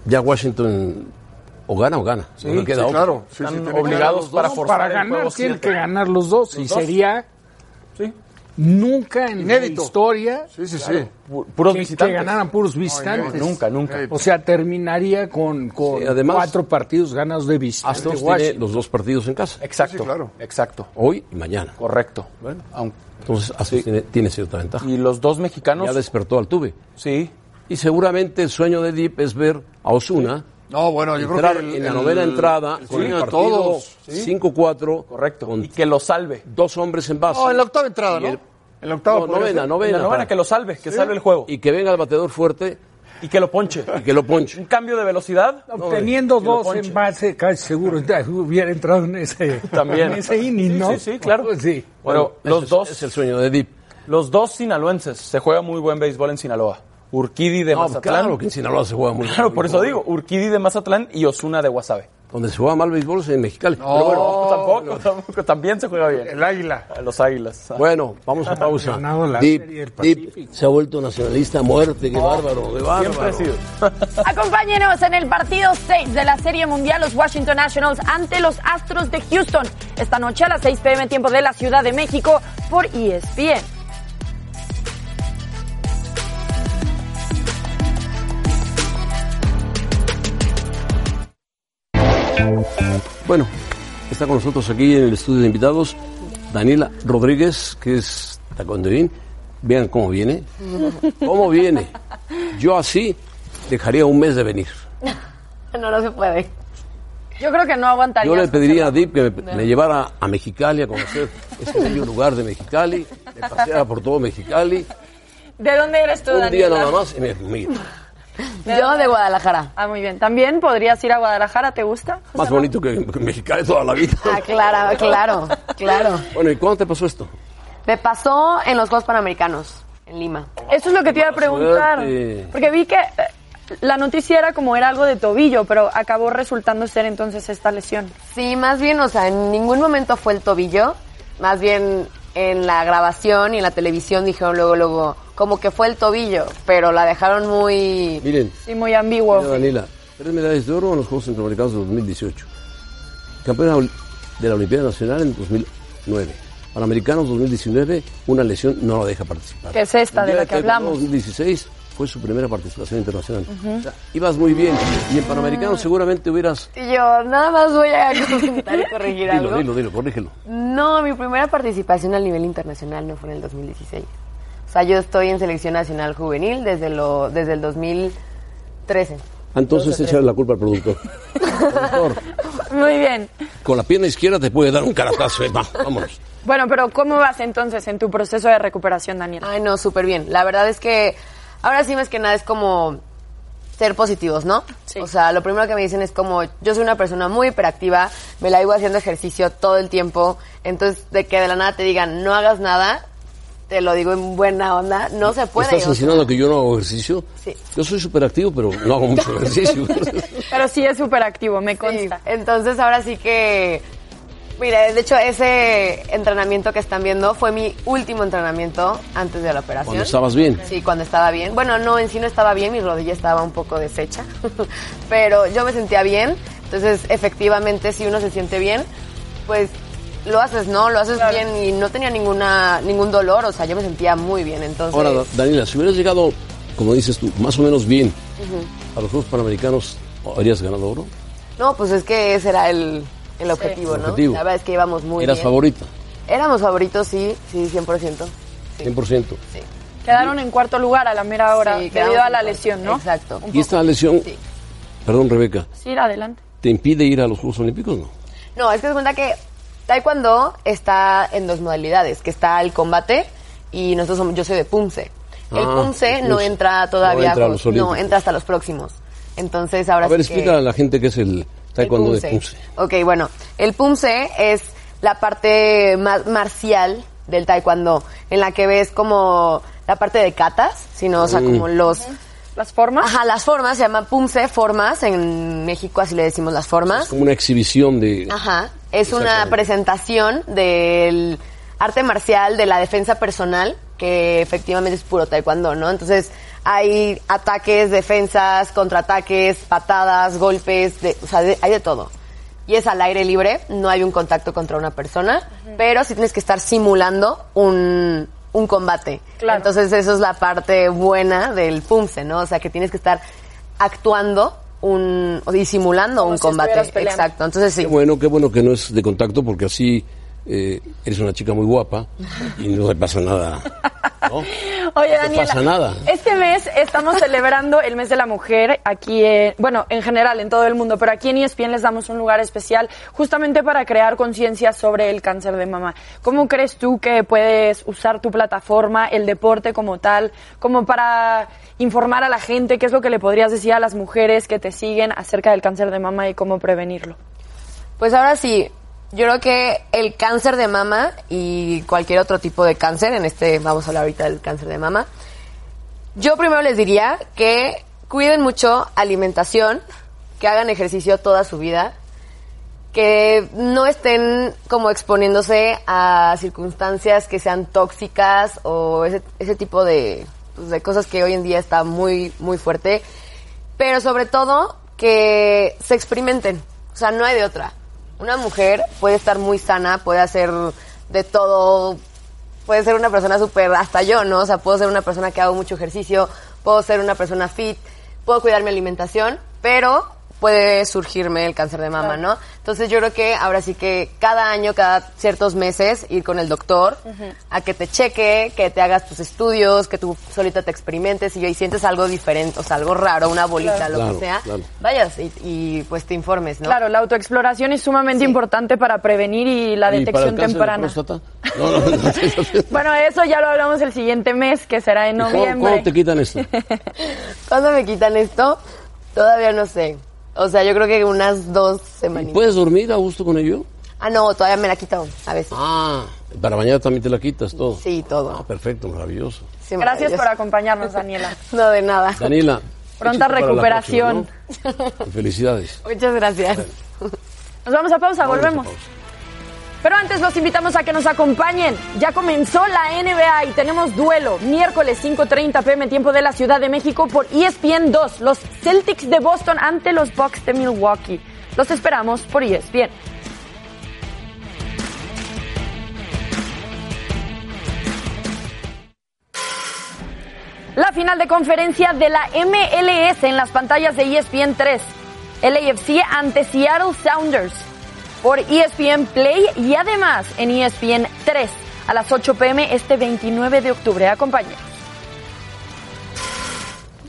ya Washington o gana o gana.
Sí,
No queda
sí,
otra.
claro. Sí, sí, Están tiene que obligados ganar los dos. para forzar
Para
el
ganar
juego
tienen
siete.
que ganar los dos.
Los
y
dos.
sería nunca en
Inédito.
la historia
sí, sí. Pu- puros
que-
visitantes.
Que ganaran puros
No,
visitantes.
inédito. Nunca, nunca. Inédito.
O sea, terminaría con, con
Sí, Eh, además-
cuatro partidos ganados de visitante.
Astros tiene
Washington.
los dos partidos en casa.
Exacto. claro. Exacto.
Hoy y mañana.
Correcto.
Entonces, Astros tiene, tiene cierta ventaja.
Y los dos mexicanos.
Ya despertó Altuve.
Sí.
Y seguramente el sueño de Deep es ver a Osuna.
No, bueno, yo
entrar
creo que el-
en la
el-
novena entrada,
el
con
sueño
un
de
partido
todos, sí.
5-4.
Correcto.
y
que lo salve.
Dos hombres en base.
No, en la octava entrada,
Y
¿no?
el-
En la octava.
No,
podría
novena,
ser.
novena.
que lo salve, que salve el juego.
Y que venga el bateador fuerte.
Y que lo ponche.
Y que lo ponche.
Un cambio de velocidad.
Obteniendo
que lo
dos
ponche.
en base, casi seguro (laughs) ya hubiera entrado en ese,
También.
en ese inning,
Sí,
¿no?
sí, sí,
Oh,
claro.
Sí.
Bueno, los dos.
el sueño de Deep.
Los dos sinaloenses. Se juega muy buen béisbol en Sinaloa. Urquidi de
No, pues
Mazatlán.
claro que en Sinaloa se juega muy bien.
Claro, por eso digo. Urquidi de Mazatlán y Osuna de Guasave.
Donde se juega mal béisbol es en Mexicali.
No,
Pero bueno,
tampoco, tampoco. También se juega bien. El
águila.
Los águilas. Ah.
Bueno, vamos a pausa.
Ganado la
Deep,
Serie del
Deep se ha vuelto nacionalista a muerte, qué
Oh,
bárbaro, qué bárbaro.
siempre ha sido.
Acompáñenos en el partido 6 de la Serie Mundial, los Washington Nationals ante los Astros de Houston, esta noche a las 6 pm tiempo de la Ciudad de México por E ESPN.
Bueno, está con nosotros aquí en el estudio de invitados Daniela Rodríguez, que es taconderín. Vean cómo viene. ¿Cómo viene? Yo así dejaría un mes de venir.
(laughs)
No, no se puede. Yo creo que no aguantaría.
Yo le pediría a Deep que me,
No.
me llevara a Mexicali a conocer ese bello lugar de Mexicali, me paseara por
(laughs)
todo Mexicali,
¿De dónde eres tú,
un día
Daniela?
nada más y me, me-
Yo de Guadalajara. Ah, muy bien. ¿También podrías ir a Guadalajara? ¿Te gusta?
más bonito que, que Mexicali toda la vida.
Ah, claro, (laughs) claro, claro.
Bueno, ¿y cuándo te pasó esto?
Me pasó en los Juegos Panamericanos, en Lima.
Eso es lo que te iba a preguntar.
suerte.
Porque vi que eh, la noticia era como era algo de tobillo, pero acabó resultando ser entonces esta lesión.
Sí, más bien, o sea, en ningún momento fue el tobillo. Más bien en la grabación y en la televisión dijeron luego, luego, como que fue el tobillo, pero la dejaron muy...
Miren,
Sí, muy ambiguo.
Mira, Daniela, tres medallas de oro en los Juegos Centroamericanos de 2018. Campeona ol- de la Olimpiada Nacional en 2009. Panamericanos 2019, una lesión no la deja participar.
Que es esta de
Mundial
la que
Taekwondo
hablamos.
2016 fue su primera participación internacional.
Ujú.
Ibas muy bien y en Panamericanos seguramente hubieras...
Y yo, nada más voy a (laughs) comentar y corregir
Dilo,
algo.
dilo, dilo, corrígelo.
No, mi primera participación a nivel internacional no fue en el 2016. O sea, yo estoy en selección nacional juvenil desde, lo, desde el 2013.
Entonces échale la culpa al productor.
Muy bien.
(laughs) Con la pierna izquierda te puede dar un caratazo. eh, va, vámonos.
Bueno, pero ¿cómo vas entonces en tu proceso de recuperación, Daniel?
Ay, no, súper bien. La verdad es que ahora sí más que nada es como ser positivos, ¿no? O sea, lo primero que me dicen es como, yo soy una persona muy hiperactiva, me la vivo haciendo ejercicio todo el tiempo, entonces de que de la nada te digan, no hagas nada, te lo digo en buena onda, no se puede.
¿Estás
o sea.
insinuando que yo no hago ejercicio?
Sí.
Yo soy superactivo, pero no
(laughs)
hago mucho ejercicio.
Pero sí es súper activo, me consta.
Entonces ahora sí que, mira, de hecho ese entrenamiento que están viendo fue mi último entrenamiento antes de la operación.
Cuando estabas bien.
Sí, cuando estaba bien. Bueno, no, en sí no estaba bien, mi rodilla estaba un poco deshecha, (laughs) pero yo me sentía bien, entonces efectivamente si uno se siente bien, pues lo haces, ¿no? Lo haces bien y no tenía ninguna ningún dolor, o sea, yo me sentía muy bien, entonces...
Ahora, Da- Daniela, si hubieras llegado, como dices tú, más o menos bien
Ujú.
a los Juegos Panamericanos, ¿habrías ganado oro?
No, pues es que ese era el, el objetivo,
El
¿no?
objetivo.
La verdad es que íbamos muy
Eras
bien.
favorita,
Éramos favoritos, sí, sí, 100%.
100%.
Quedaron en cuarto lugar a la mera hora debido a la lesión, ¿no?
Exacto.
Y esta lesión, perdón Rebeca,
Sí, ir adelante.
¿te impide ir a los Juegos Olímpicos? No.
No, es que se cuenta que Taekwondo está en dos modalidades, que está el combate y nosotros somos, yo soy de Pumse. El
Ah,
Pumse
el
no
Pumse.
entra todavía,
No entra a
con-
los
no,
olímpicos.
entra hasta los próximos. Entonces ahora
a ver,
sí que-
explica a la gente qué es el Taekwondo de Pumse.
Ok, bueno, el Pumse es la parte ma- marcial del taekwondo, en la que ves como la parte de catas, sino, o sea,
Mm.
como los...
¿Las formas?
Ajá, las formas, se llaman Pumse, formas, en México así le decimos las formas.
Como una exhibición de...
Ajá, es una presentación del arte marcial de la defensa personal, que efectivamente es puro taekwondo, ¿no? Entonces hay ataques, defensas, contraataques, patadas, golpes, de- o sea, de- hay de todo. Y es al aire libre, no hay un contacto contra una persona, pero sí tienes que estar simulando un, un combate. Entonces eso es la parte buena del PUMSE, E, ¿no? O sea, que tienes que estar actuando un, y simulando un
Pues si
combate.
estuvieras peleando.
Exacto, entonces sí.
Qué bueno, qué bueno que no es de contacto porque así eh, eres una chica muy guapa y no te pasa nada.
Oye,
te
Daniela,
pasa nada.
este mes estamos celebrando el mes de la mujer aquí, en- bueno, en general en todo el mundo, pero aquí en E ESPN les damos un lugar especial justamente para crear conciencia sobre el cáncer de mama. ¿Cómo crees tú que puedes usar tu plataforma, el deporte como tal, como para informar a la gente qué es lo que le podrías decir a las mujeres que te siguen acerca del cáncer de mama y cómo prevenirlo?
Pues ahora sí, yo creo que el cáncer de mama y cualquier otro tipo de cáncer, en este vamos a hablar ahorita del cáncer de mama, yo primero les diría que cuiden mucho alimentación, que hagan ejercicio toda su vida, que no estén como exponiéndose a circunstancias que sean tóxicas o ese, ese tipo de, pues, de cosas que hoy en día está muy, muy fuerte pero sobre todo que se experimenten. O sea, no hay de otra. Una mujer puede estar muy sana, puede hacer de todo, puede ser una persona súper, hasta yo, ¿no? O sea, puedo ser una persona que hago mucho ejercicio, puedo ser una persona fit, puedo cuidar mi alimentación, pero puede surgirme el cáncer de mama, ¿no? Entonces yo creo que ahora sí que cada año, cada ciertos meses, ir con el doctor, a que te cheque, que te hagas tus estudios, que tú solita te experimentes y, y sientes algo diferente, o sea, algo raro, una bolita,
Claro.
lo
Claro,
que sea,
claro.
vayas y, y, pues te informes, ¿no?
Claro, la autoexploración es sumamente importante para prevenir y la
¿Y para el
detección
cáncer de
temprana.
próstata? No, no, no.
Bueno, eso ya lo hablamos el siguiente mes, que será en
¿Cómo-
(laughs) noviembre.
¿Cómo te
(laughs)
quitan esto?
¿Cuándo me quitan esto? Todavía no sé. O sea, yo creo que unas dos semanitas.
¿Puedes dormir a gusto con ello?
Ah, no, todavía me la quito a veces.
Ah. Para mañana también te la quitas todo.
Sí, todo.
Ah, perfecto, maravilloso.
Gracias por acompañarnos, Daniela.
(laughs) No, de nada.
Daniela.
Pronta
éxito para la
recuperación.
próxima, ¿no? Felicidades.
(laughs)
Muchas gracias.
Nos vamos a pausa, volvemos. Pero antes los invitamos a que nos acompañen. Ya comenzó la NBA y tenemos duelo miércoles 5:30 pm tiempo de la Ciudad de México por E ESPN 2, los Celtics de Boston ante los Bucks de Milwaukee. Los esperamos por E ESPN. La final de conferencia de la MLS en las pantallas de E ESPN 3. LAFC ante Seattle Sounders por E ESPN Play y además en E ESPN 3 a las 8 pm este 29 de octubre. Acompáñenos.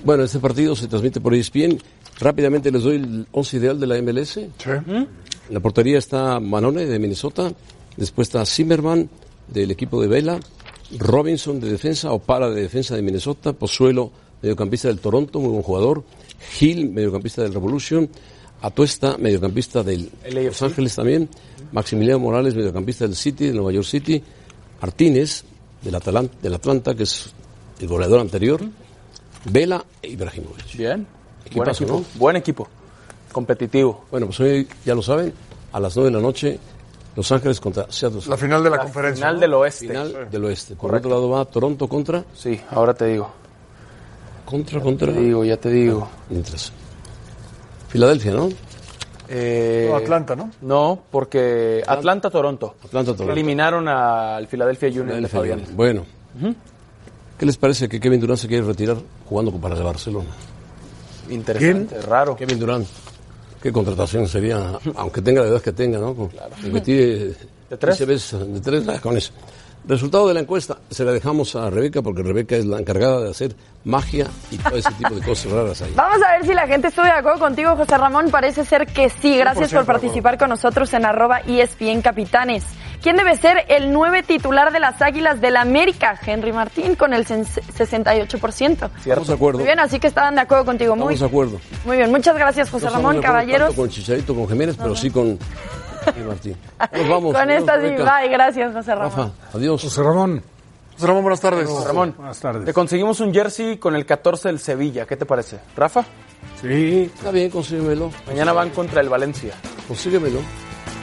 Bueno, este partido se transmite por ESPN. Rápidamente les doy el once ideal de la MLS.
¿Mm?
En la portería está Manone de Minnesota, después está Zimmerman del equipo de Vela, Robinson de defensa, Opara de defensa de Minnesota, Pozuelo, mediocampista del Toronto, muy buen jugador, Hill, mediocampista del Revolution, Atuesta, mediocampista del Los Ángeles también, Maximiliano Morales, mediocampista del City, del Nueva York City, Martínez del, Atalan- del Atlanta, que es el goleador anterior, Vela e Ibrahimovic.
Bien. Buen
Equipazo,
equipo.
¿no?
Buen equipo. Competitivo.
Bueno, pues hoy ya lo saben, a las 9 de la noche, Los Ángeles contra Seattle.
La final de la La conferencia, final ¿no? del oeste.
Final
Sí.
del oeste. Por otro lado va Toronto contra.
Sí, ahora te digo.
Contra, contra.
Te digo, ya te digo.
Mientras. Filadelfia, ¿no?
Eh,
No, Atlanta, ¿no?
No, porque Atlanta-Toronto.
Atlanta-Toronto.
Eliminaron al Philadelphia Union de
Filadelfia,
Fabián.
Bueno. ¿Qué les parece que Kevin Durant se quiere retirar jugando para el Barcelona?
Interesante, raro.
Kevin Durant. ¿Qué contratación sería? Aunque tenga la edad que tenga, ¿no? Que tire
¿De tres?
15 veces, de tres, ah, con eso. Resultado de la encuesta, se la dejamos a Rebeca porque Rebeca es la encargada de hacer magia y todo ese tipo de cosas
(laughs)
raras ahí.
Vamos a ver si la gente estuvo de acuerdo contigo, José Ramón. Parece ser que sí. Gracias
100%
E por participar con nosotros en arroba ESPN Capitanes. ¿Quién debe ser el 9 titular de las Águilas del América? Henry Martín con el sen- 68%.
Estamos de acuerdo.
Muy bien, así que estaban de acuerdo contigo. Muy,
Estamos de acuerdo.
muy bien, muchas gracias José
No estamos de
Ramón,
acuerdo
caballeros.
tanto Con Chicharito, con Jiménez, pero sí con
(laughs)
con Martín. Nos vamos.
Con esta sí,
Rebeca.
bye, gracias José Ramón.
Rafa, adiós.
José Ramón.
José Ramón, buenas tardes.
José
Ramón,
buenas tardes.
Te conseguimos un jersey con el 14 del Sevilla. ¿Qué te parece? ¿Rafa?
Sí.
Está bien, consíguemelo.
Mañana van contra el Valencia.
Consíguemelo.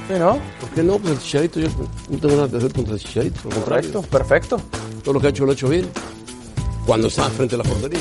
Bueno.
¿Por qué no? Pues el Chicharito, yo no tengo nada que hacer contra el Chicharito. Por
Correcto, perfecto.
Todo lo que ha hecho lo ha hecho bien. Cuando estaba frente a la portería.